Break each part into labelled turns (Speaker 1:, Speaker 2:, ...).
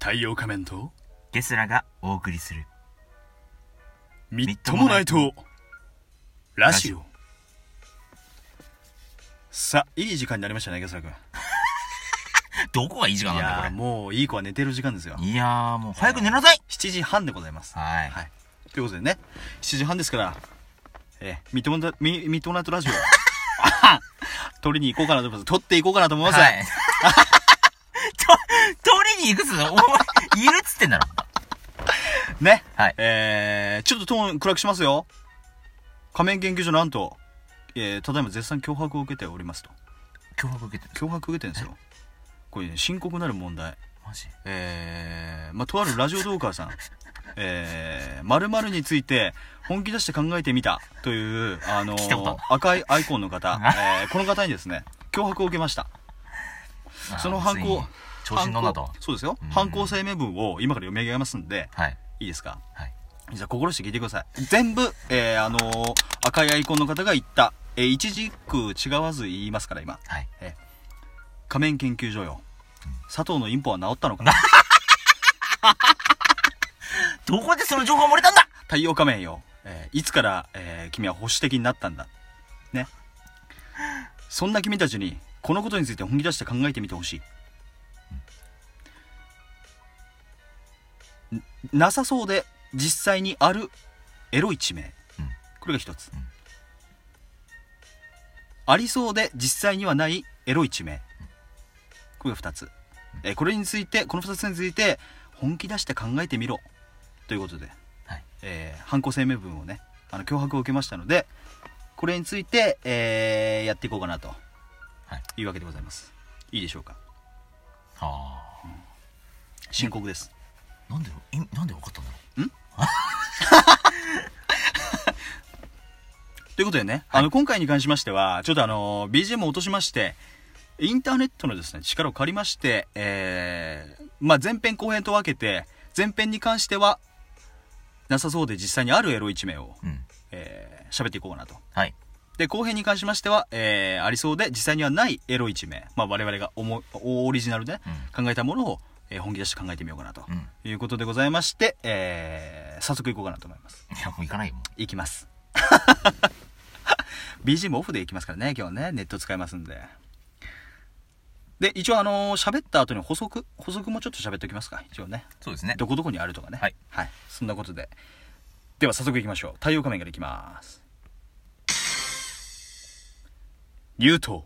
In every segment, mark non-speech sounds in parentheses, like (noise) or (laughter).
Speaker 1: 太陽仮面と
Speaker 2: ゲスラがお送りする
Speaker 1: みっともないとラジオさあいい時間になりましたねゲスラ君
Speaker 2: どこがいい時間
Speaker 1: い
Speaker 2: なんだ
Speaker 1: やー
Speaker 2: こ
Speaker 1: もういい子は寝てる時間ですよ
Speaker 2: れいやーもう早く寝なさい
Speaker 1: 7時半でございます
Speaker 2: はい
Speaker 1: はいということでね7時半ですからえー、みっともなみみっともないとラ
Speaker 2: (laughs)
Speaker 1: ジオ撮りに行こうかなと思います撮っていこうかなと思います、
Speaker 2: (laughs) はいと取りに行くっつうのお前いるっつってんだろ
Speaker 1: ね
Speaker 2: はい
Speaker 1: えー、ちょっとトーン暗くしますよ仮面研究所なんと、えー、ただいま絶賛脅迫を受けておりますと
Speaker 2: 脅迫受けてる
Speaker 1: 脅迫受けてるんですよこれ、ね、深刻なる問題
Speaker 2: マジ
Speaker 1: えー、まあ、とあるラジオトーカー
Speaker 2: (laughs)
Speaker 1: さんえー、〇〇について本気出して考えてみたという、あのー
Speaker 2: 聞いたことある
Speaker 1: 赤いアイコンの
Speaker 2: (laughs)
Speaker 1: 方、えーこの方にですね、脅迫を受けました。その犯行
Speaker 2: 調子に乗んなと
Speaker 1: 犯行そうですよ
Speaker 2: うん。
Speaker 1: 犯行声明文を今から読み上げますんで、
Speaker 2: はい
Speaker 1: いいですか
Speaker 2: はい
Speaker 1: じゃあ心して聞いてください。全部、えー、あのー赤いアイコンの方が言った、えー、一字一句違わず言いますから、今。
Speaker 2: はい
Speaker 1: 仮面研究所よ。佐藤のインポは治ったのかな
Speaker 2: どこでその情報漏れたんだ
Speaker 1: 太陽仮面よ、えーいつから、えー君は保守的になったんだねそんな君たちにこのことについて本気出して考えてみてほしいんなさそうで実際にあるエロい地名、これが一つ、ありそうで実際にはないエロい地名、これが二つ、えーこれについてこの二つについて本気出して考えてみろということで
Speaker 2: はい
Speaker 1: えー犯行声明文をねあの脅迫を受けましたのでこれについて、えーやっていこうかなと、い、うわけでございますいいでしょうか
Speaker 2: あ
Speaker 1: 深刻です
Speaker 2: ーなんでいなんで分かったんだろ
Speaker 1: ということでね、あの今回に関しましてはちょっとあの BGM を落としましてインターネットのですね力を借りまして、えーまあ、前編後編と分けて前編に関してはなさそうで実際にあるエロ一名を
Speaker 2: ううん
Speaker 1: えー喋、っていこうかなと
Speaker 2: はい
Speaker 1: で後編に関しましては、えーありそうで実際にはないエロ一名、まあ、我々が思いオリジナルでね、考えたものを、えー本気出して考えてみようかなと、
Speaker 2: うん
Speaker 1: いうことでございまして、えー早速いこうかなと思います
Speaker 2: いやもう行かないよもう
Speaker 1: いきます (laughs) BGM オフでいきますからね今日ねネット使いますんでで一応あのー喋った後に補足補足もちょっと喋っておきますか一応ね
Speaker 2: そうですね
Speaker 1: どこどこにあるとかね
Speaker 2: はい、
Speaker 1: そんなことででは早速いきましょう太陽仮面からいきます入刀
Speaker 2: い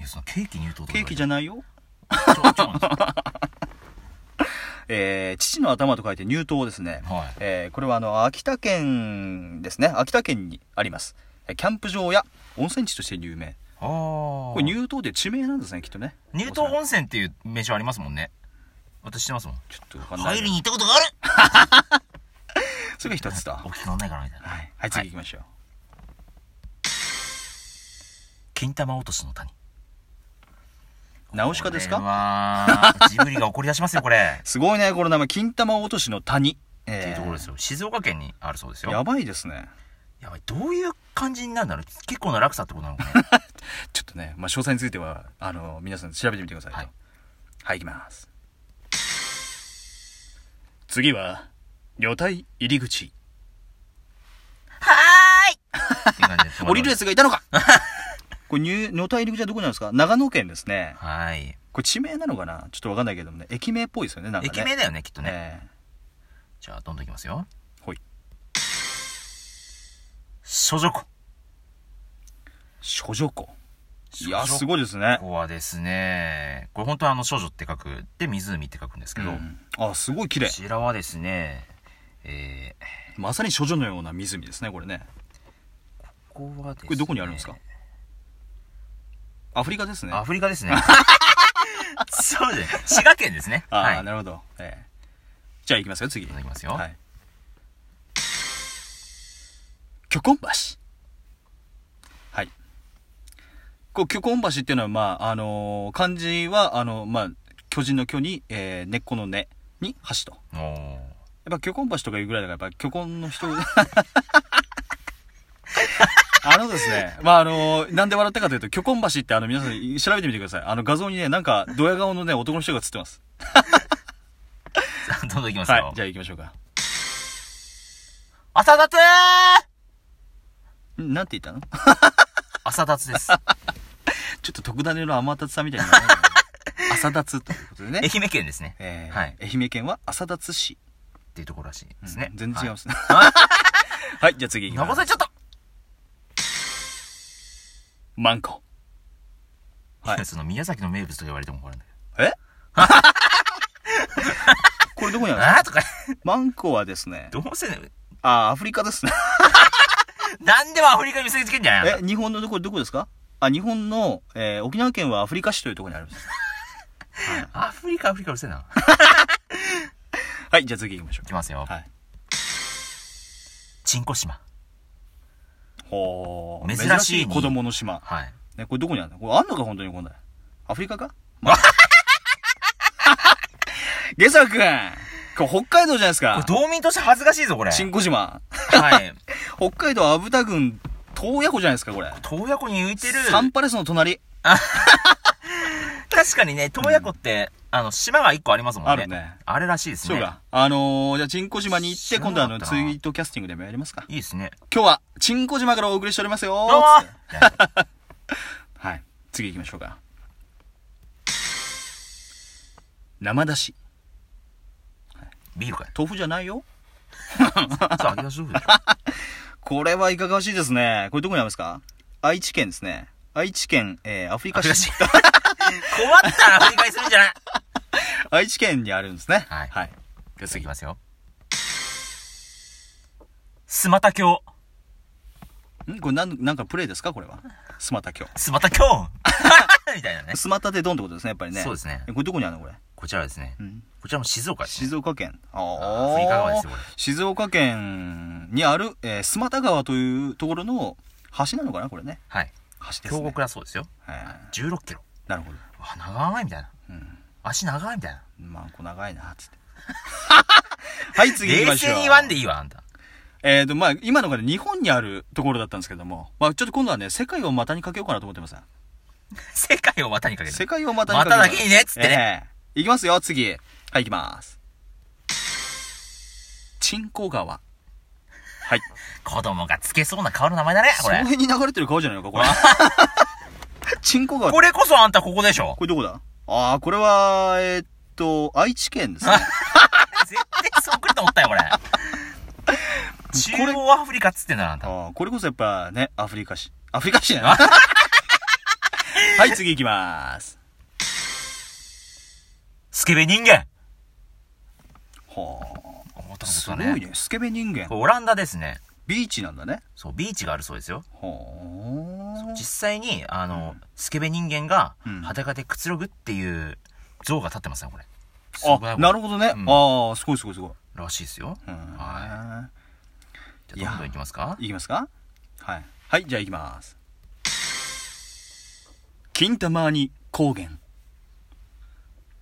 Speaker 2: やそのケーキ入刀とか
Speaker 1: ケーキじゃないよ
Speaker 2: ゃちょちょ (laughs) 待って
Speaker 1: えー、父の頭と書いて乳頭ですね、
Speaker 2: はい
Speaker 1: えーこれはあの秋田県ですね秋田県にありますえーキャンプ場や温泉地として有名
Speaker 2: あー
Speaker 1: これ乳頭で地名なんですねきっとね
Speaker 2: 乳頭温泉っていう名称ありますもんね私知ってますもん
Speaker 1: ちょっとわかんない
Speaker 2: 入りに行ったことがある
Speaker 1: それが一つとは
Speaker 2: 僕聞かないからみたいな、
Speaker 1: い、はい、次行きましょう、
Speaker 2: 金玉落としの谷
Speaker 1: ナウシカです
Speaker 2: これ
Speaker 1: か
Speaker 2: はジブリが怒り出しますよこれ
Speaker 1: すごいねこの名前金玉落としの谷、 (laughs) えー
Speaker 2: っていうところですよ静岡県にあるそうですよ
Speaker 1: や
Speaker 2: や
Speaker 1: ばいですね
Speaker 2: ばいどういう感じになるんだろう結構な落差ってことなのか
Speaker 1: (laughs)
Speaker 2: ね
Speaker 1: ちょっとね、まあ、詳細については、あの、皆さん調べてみてくださいと。
Speaker 2: は
Speaker 1: はいい、い、きます。次は、旅体入り口。
Speaker 2: はーいっていう感じで
Speaker 1: 降りるやつがいたのか (laughs) これ、入女体入り口はどこにあるんですか長野県ですね。
Speaker 2: はい
Speaker 1: これ、地名なのかなちょっとわかんないけどもね、駅名っぽいですよね、なんかね。
Speaker 2: 駅名だよねきっとね、
Speaker 1: え
Speaker 2: じゃあどんどんいきますよ
Speaker 1: えほい。
Speaker 2: 処女湖
Speaker 1: 処女湖。いや、
Speaker 2: 処女
Speaker 1: すごいですね
Speaker 2: こ。こはですね、これ本当はあの少女って書く、で湖って書くんですけど、こ
Speaker 1: うんあ、すごい綺麗。
Speaker 2: ちらはですね、えー、
Speaker 1: まさに処女のような湖ですね、これね。
Speaker 2: ここはですね、
Speaker 1: これどこにあるんですかアフリカですね。
Speaker 2: アフリカですね。
Speaker 1: (laughs)
Speaker 2: そうですね。滋賀県ですね。
Speaker 1: ああ、
Speaker 2: はい。い
Speaker 1: なるほど。ええじゃあ行きますよ、次。
Speaker 2: ただきますよ。
Speaker 1: はい。巨根橋。はい。こう、巨根橋っていうのは、まあ、あのー漢字は、あの、まあ、巨人の巨に、えー根っこの根に橋と。
Speaker 2: おー (laughs)
Speaker 1: やっぱ巨根橋とかいうぐらいだから、やっぱ巨根の人。あのですね、まあ、あのーなんで笑ったかというと、巨根橋ってあの、皆さん調べてみてください。あの画像にね、なんか、ドヤ顔のね、男の人が映ってます。
Speaker 2: さあどんどんいきますよ。
Speaker 1: はい。じゃあ行きましょうか。
Speaker 2: 朝立つ
Speaker 1: んなんて言ったの
Speaker 2: 朝立つで
Speaker 1: (laughs)
Speaker 2: す。
Speaker 1: ちょっと特ダネの天達さんみたいな。 (laughs) 朝達ということでね
Speaker 2: 愛。媛県ですね。
Speaker 1: えー
Speaker 2: はい
Speaker 1: 愛媛県は朝達市
Speaker 2: っていうところらしいですね。
Speaker 1: うん全然違い
Speaker 2: は
Speaker 1: ますね。 (laughs) はい、じゃあ次
Speaker 2: い。
Speaker 1: 行き
Speaker 2: 流
Speaker 1: ま
Speaker 2: さ
Speaker 1: す
Speaker 2: れ。ちゃった
Speaker 1: マンコ。はい
Speaker 2: いや (laughs) その宮崎の名物とか言われても困るんだけ
Speaker 1: (laughs) えこれどこにあ
Speaker 2: ど。
Speaker 1: るの
Speaker 2: あーとか、
Speaker 1: マンコはですね、
Speaker 2: どうせね、
Speaker 1: あー、アフリカですね。
Speaker 2: なんでもアフリカに見せつけんじゃん。
Speaker 1: え、日本のどこ、どこですかあ、日本の、えー沖縄県はアフリカ市というところにあります。
Speaker 2: アフリカ、アフリカうるせえな。
Speaker 1: はい、じゃあ次行きましょ
Speaker 2: いきますよ
Speaker 1: う。。はい。
Speaker 2: チンコ島。
Speaker 1: ほー
Speaker 2: 珍しいに
Speaker 1: 子供の島。
Speaker 2: はい。
Speaker 1: ね、これどこにあるのこれあんのか本当にこんなのアフリカか (laughs) ゲサ君これ北海道じゃないです
Speaker 2: これ
Speaker 1: か
Speaker 2: 道民として恥ずかしいぞ、これ。
Speaker 1: 新小島。
Speaker 2: はい。
Speaker 1: 北海道アブタ郡洞爺湖じゃないですかこれ。
Speaker 2: 洞爺湖に浮いてる。
Speaker 1: サンパレスの隣。
Speaker 2: 確かにね、洞爺湖って、あの、島が一個ありますもんね。
Speaker 1: あるね
Speaker 2: あれらしいですね。
Speaker 1: そうか。あのー、じゃあ、チンコ島に行って、
Speaker 2: 知ら
Speaker 1: 今
Speaker 2: な
Speaker 1: 度
Speaker 2: か
Speaker 1: あ
Speaker 2: ったな
Speaker 1: の、ツイートキャスティングでもやりますか。
Speaker 2: いいですね。
Speaker 1: 今日は、チンコ島からお送りしておりますよ
Speaker 2: どうも
Speaker 1: つって
Speaker 2: みたいな
Speaker 1: はい。次行きましょうか。生だし。
Speaker 2: ビー
Speaker 1: (laughs)
Speaker 2: ルかい。
Speaker 1: 豆腐じゃないよ。
Speaker 2: そう、揚げ出し豆腐でしょ。
Speaker 1: これはいかがわしいですね。これどこにありますか愛知県ですね。愛知県、えー、アフリカ
Speaker 2: 恥
Speaker 1: 市
Speaker 2: ず。かしい。 (laughs) 困ったらアフリカにするんじゃない
Speaker 1: 愛知県にあるんですね。
Speaker 2: はい
Speaker 1: はい。じゃあ
Speaker 2: 次い
Speaker 1: 次
Speaker 2: きますよ。スマタ教。
Speaker 1: んこれなん、なんかプレイですかこれは。スマタ今日。
Speaker 2: スマタ教 (laughs) みたいなね。
Speaker 1: スマタでドンってことですね、やっぱりね。
Speaker 2: そうですね
Speaker 1: えこれどこにあるのこれ。
Speaker 2: こちらはですね
Speaker 1: う。ん。
Speaker 2: こちらも静岡ですね。
Speaker 1: 静岡県。あ
Speaker 2: アフリカ川です
Speaker 1: ー
Speaker 2: よ、これ。
Speaker 1: 静岡県にある、えー、スマタ川というところの橋なのかなこれね。
Speaker 2: はい。
Speaker 1: 橋です、ね。
Speaker 2: 強国だそうですよ。
Speaker 1: え
Speaker 2: 16キロ。
Speaker 1: ーなるほど。
Speaker 2: うわ、長いみたいな。
Speaker 1: うん。
Speaker 2: 足長いみたいな。
Speaker 1: まあ、こう長いな、つ
Speaker 2: (laughs)
Speaker 1: って。はい、次行き
Speaker 2: 冷
Speaker 1: ましょう。
Speaker 2: 静に言わんでいいわ、あんた。
Speaker 1: えーと、まあ、今のがね、日本にあるところだったんですけども、まあ、ちょっと今度はね、世界を股にかけようかなと思ってます。
Speaker 2: 世界を股にかけ
Speaker 1: 世
Speaker 2: る。
Speaker 1: 界を股にか
Speaker 2: 股
Speaker 1: けようかな。
Speaker 2: だけにね、つってね。
Speaker 1: ええいきますよ、次。はい、いきます。チンコ川。はい。
Speaker 2: 子供がつけそうな顔の名前だね、
Speaker 1: そ
Speaker 2: こ
Speaker 1: の
Speaker 2: れ。
Speaker 1: 辺に流れてる川じゃないのか、
Speaker 2: (laughs)
Speaker 1: これ。チンコ川。こ
Speaker 2: これこそあんたここでしょ。
Speaker 1: れどこだああ、これは、えーっと、愛知県ですね。
Speaker 2: 絶対そうくると思ったよ、これ。中央アフリカっつってんだな、あんた。
Speaker 1: ああ、これこそやっぱね、アフリカ市。アフリカ市だ
Speaker 2: (laughs)
Speaker 1: よ。はい、次行きます。
Speaker 2: スケベ人間
Speaker 1: はあ。
Speaker 2: 思った
Speaker 1: す
Speaker 2: こ
Speaker 1: ご
Speaker 2: と
Speaker 1: い
Speaker 2: だね。
Speaker 1: ね。スケベ人間
Speaker 2: こ。れオランダですね。
Speaker 1: ビーチなんだね。
Speaker 2: そう、ビーチがあるそうですよ。
Speaker 1: ほ
Speaker 2: 実際に、あの、スケベ人間が
Speaker 1: うん
Speaker 2: 裸でくつろぐっていう像が立ってますね、これ。すごい
Speaker 1: あ、なるほどね。
Speaker 2: うん
Speaker 1: ああ、すごいすごいすごい。
Speaker 2: らしいですよ。は。
Speaker 1: はい
Speaker 2: じゃあ、どんどんいきますか
Speaker 1: い。いきますかはい。はい、じゃあ行きます。金玉に高
Speaker 2: (laughs)
Speaker 1: 原。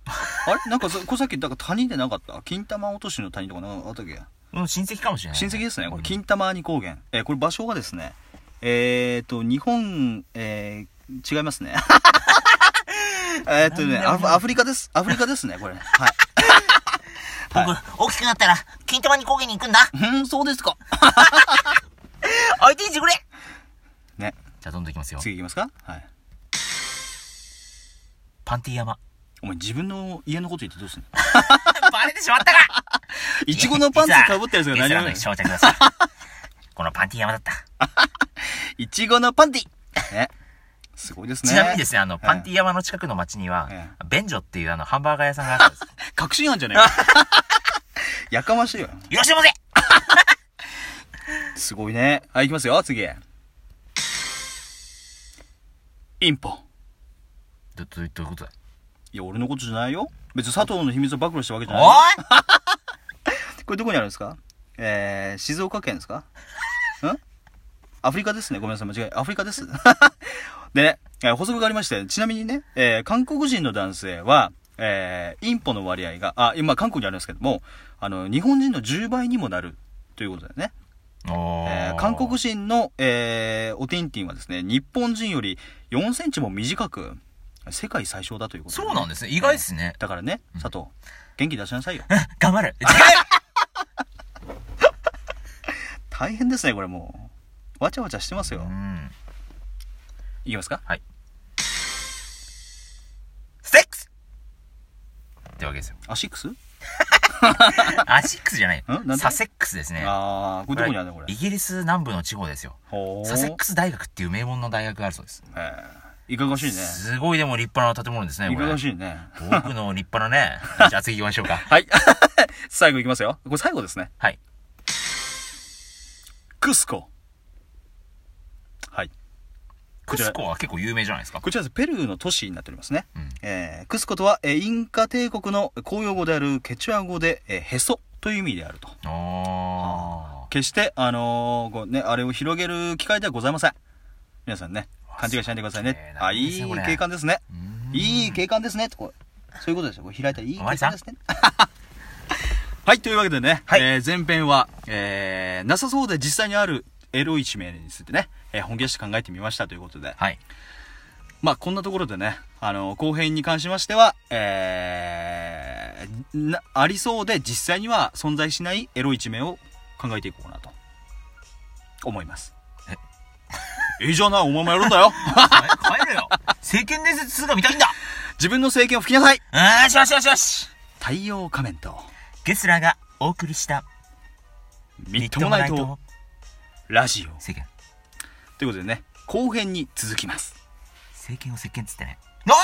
Speaker 1: あれなんかそ、これさっき、なんか谷でなかった金玉落としの谷とかなんかあったっけ
Speaker 2: うん、親戚かもしれない。
Speaker 1: 親戚ですね。これ、
Speaker 2: 金
Speaker 1: 金玉に高原。えーこれ場所がですね、えっ、ー、と、日本、えー、違いますね。 (laughs) えっとね、アフアフリカです。アフリカですね、これ。はい。 (laughs)
Speaker 2: 僕、大きくなったら、金玉に高原に行くんだ
Speaker 1: うん、そうですか。
Speaker 2: 相手にしてくれ
Speaker 1: ね、
Speaker 2: じゃあ、どんどんいきますよ。
Speaker 1: 次行きますかはい。
Speaker 2: パンティ山。 (laughs)
Speaker 1: お前自分の家のこと言ってどうすんの
Speaker 2: バレてしまったか
Speaker 1: いちごのパンツ被ったやつが何もない
Speaker 2: ゲ。スラの装着
Speaker 1: (laughs)
Speaker 2: ださこのパンティ山だった。
Speaker 1: いちごのパンティね。すごいですね。
Speaker 2: ちなみにですね、あの、
Speaker 1: はい
Speaker 2: パンティ山の近くの町には
Speaker 1: え、
Speaker 2: ベンジョっていうあの、ハンバーガー屋さんがあ
Speaker 1: (laughs)
Speaker 2: るんです。
Speaker 1: 確信犯じゃないか。 (laughs) やかましいよ。
Speaker 2: いらっしゃいませ
Speaker 1: すごいね。はい、行きますよ、次。インポ。
Speaker 2: ど、ど、どういうことだ
Speaker 1: いや、俺のことじゃないよ。別に佐藤の秘密を暴露したわけじゃないよ。
Speaker 2: おい
Speaker 1: これどこにあるんですかえー、静岡県です
Speaker 2: (laughs)
Speaker 1: かんアフリカですね。ごめんなさい、間違え。アフリカです。 (laughs) でね、えー補足がありまして、ちなみにね、えー韓国人の男性は、えー、インポの割合が、あ、今、韓国にあるんですけども、あの、日本人の10倍にもなるということだよね。
Speaker 2: お
Speaker 1: えー韓国人の、えー、おてんてんはですね、日本人より4センチも短く、世界最小だということ、
Speaker 2: そうなんですね。意外ですね。
Speaker 1: だからね、佐藤、元気出しなさ
Speaker 2: (laughs)
Speaker 1: いよ。
Speaker 2: 頑張る。
Speaker 1: 大変ですね、これもう。わちゃわちゃしてますよ。
Speaker 2: うん。
Speaker 1: いきますか
Speaker 2: はい。セックスってわけで
Speaker 1: (laughs)
Speaker 2: すよ。
Speaker 1: アシックス
Speaker 2: アシックスじゃない
Speaker 1: んなんて
Speaker 2: よ。サセックスですね。
Speaker 1: あー、これどこにあるのこれ
Speaker 2: イ。ギリス南部の地方ですよ。
Speaker 1: ほー
Speaker 2: サセックス大学っていう名門の大学があるそうです。
Speaker 1: えーいかがわしいね。
Speaker 2: すごいでも立派な建物ですね、
Speaker 1: いか
Speaker 2: こ
Speaker 1: が
Speaker 2: れ
Speaker 1: わ。しい
Speaker 2: (laughs)
Speaker 1: ね。
Speaker 2: 僕の立派な (laughs) ね。じゃあ次行きましょうか。
Speaker 1: はい。 (laughs) 最後いきますよ。これ最後ですね。
Speaker 2: はい。
Speaker 1: クスコ。はい。
Speaker 2: クスコは結構有名じゃないですか。
Speaker 1: こちらですペルーの都市になっておりますね。
Speaker 2: うん
Speaker 1: えークスコとは、えーインカ帝国の公用語であるケチュア語で、えーへそという意味であると。
Speaker 2: あ
Speaker 1: 決して、あのーこうね、あれを広げる機会ではございません。皆さんね、勘違いしないでください
Speaker 2: 綺麗
Speaker 1: ね。
Speaker 2: な
Speaker 1: あ、
Speaker 2: 海
Speaker 1: い
Speaker 2: ですね
Speaker 1: い
Speaker 2: これ
Speaker 1: 景観ですね。
Speaker 2: ー。
Speaker 1: いい景観ですね。とこうそういうことですよ。これ開いたらいい景
Speaker 2: お前さ
Speaker 1: 観
Speaker 2: ん
Speaker 1: ですね。 (laughs) はい、というわけでね、
Speaker 2: はい
Speaker 1: えー前編は、えーなさそうで実際にあるエロい地名についてね、えー本気出して考えてみましたということで、
Speaker 2: はい。
Speaker 1: まあこんなところでね、あの、後編に関しましては、えーなありそうで実際には存在しないエロい地名を考えていこうかなと、思います。 (laughs) いいじゃない、お前もやるんだよ (laughs)
Speaker 2: 帰帰れよ。政権伝説2が見たいんだ。
Speaker 1: 自分の政権を吹きなさい
Speaker 2: あーしよしよしよし。
Speaker 1: 太陽仮面と、
Speaker 2: ゲスラーがお送りした、
Speaker 1: みっともないと、ラジオ。
Speaker 2: 政権。
Speaker 1: ということでね、後編に続きます。
Speaker 2: 政権を石鹸っつってね。おー